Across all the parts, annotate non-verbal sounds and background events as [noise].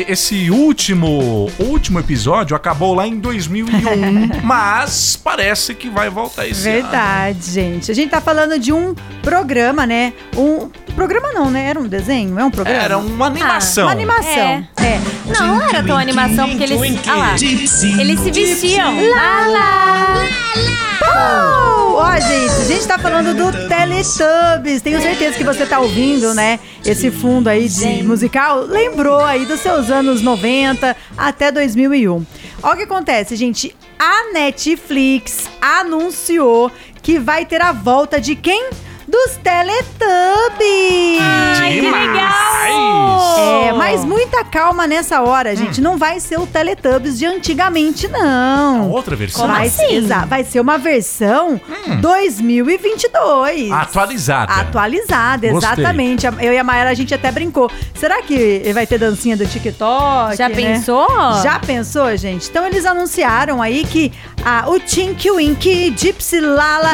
Esse último, último episódio acabou lá em [laughs] 2001, mas parece que vai voltar esse ano. Verdade, gente. A gente tá falando de um programa, né? Um programa não, né? Era um desenho, é um programa. Era Ah, uma animação. uma animação. É. É. Não, não era tão animação, porque eles. Ah lá. Eles se vestiam. Lá, lá. Pou! Oh! Ó, gente, a gente tá falando do Teletubbies. Tenho certeza que você tá ouvindo, né? Esse fundo aí de musical lembrou aí dos seus anos 90 até 2001. Olha um. o que acontece, gente. A Netflix anunciou que vai ter a volta de quem? Dos Teletubbies! Ai, que Demais. legal! É, mas muita calma nessa hora, gente. Hum. Não vai ser o Teletubbies de antigamente, não. Outra versão. Como vai, assim? exa- vai ser uma versão 2022. Atualizada. Atualizada, Gostei. exatamente. Eu e a Mayara, a gente até brincou. Será que vai ter dancinha do TikTok? Já né? pensou? Já pensou, gente? Então eles anunciaram aí que ah, o Tinky Winky, Gypsy Lala,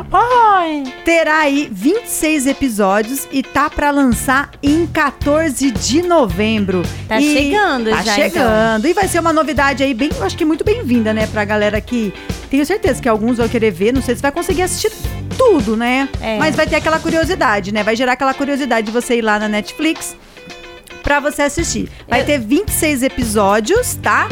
e Pooh terá aí 26 episódios e tá pra lançar em 14 de novembro. Tá E- chegando tá já, então. chegando. E vai ser uma novidade aí bem, eu acho que muito bem-vinda, né, pra galera que tenho certeza que alguns vão querer ver, não sei se vai conseguir assistir tudo, né? É. Mas vai ter aquela curiosidade, né? Vai gerar aquela curiosidade de você ir lá na Netflix pra você assistir. Vai Eu- ter 26 episódios, tá?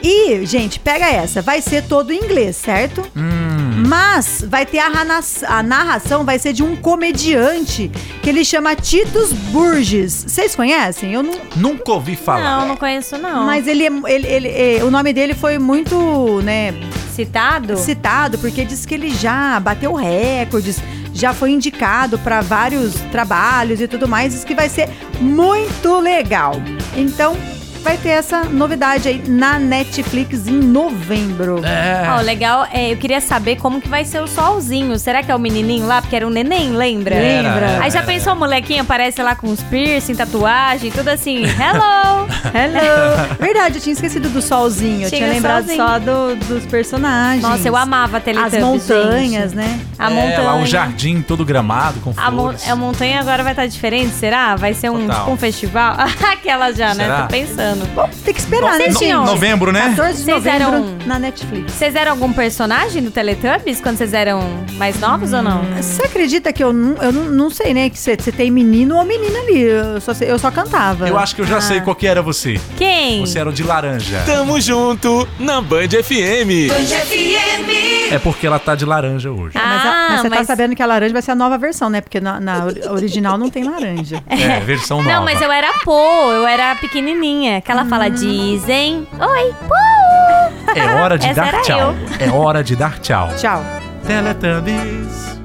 E, gente, pega essa. Vai ser todo em inglês, certo? Hum, Mas vai ter a, rana- a narração, vai ser de um comediante que ele chama Titus Burgess. Vocês conhecem? Eu não. Nunca ouvi falar. Não, não conheço, não. Mas ele, é- ele, ele- é, o nome dele foi muito, né, Citado? citado porque diz que ele já bateu recordes, já foi indicado para vários trabalhos e tudo mais, diz que vai ser muito legal. Então, vai ter essa novidade aí na Netflix em [laughs] novembro. Ó, o legal, é, eu queria saber como que vai ser o solzinho. Será que é o menininho lá? Porque era um neném, lembra? Lembra? Aí já pensou o molequinho aparece lá com os piercing, tatuagem, [laughs] tudo assim. Hello! Hello! Verdade, eu tinha esquecido do solzinho, eu Tinha tinha o lembrado solzinho. só do- dos personagens. Nossa, eu amava a As Teletubbies, montanhas, gente. né? A É, montanha. lá o jardim todo gramado com A, mon- é flores. a montanha agora vai estar diferente, será? Vai ser um, Total. tipo um festival? [laughs] Aquela já, Será? né? Tô pensando. Bom, tem que esperar, né, Vocês gente? tinham- Novembro, né? 14 de Vocês novembro eram- na Netflix. Vocês eram algum personagem do Teletubbies quando vocês eram mais novos ou não? Hum. Você acredita que eu não, eu não, não sei, né? Que você tem menino ou menina ali. Eu só, sei- eu só cantava. Eu acho que eu Ah. já sei qual que era você. Quem? Você é era o de laranja. Tamo junto na Band FM. É porque ela tá de laranja [laughs] hoje. Ah, Mas, a- mas você tá mas- sabendo que a laranja vai ser a nova versão, né? Porque na, na ori- original não tem laranja. É, versão nova. Hum. Não, mas eu era Pô, eu era pequenininha. Que ela fala, dizem... Oi, Pô! É hora de Essa dar era tchau. eu. É hora de dar tchau. Tchau. Teletubbies.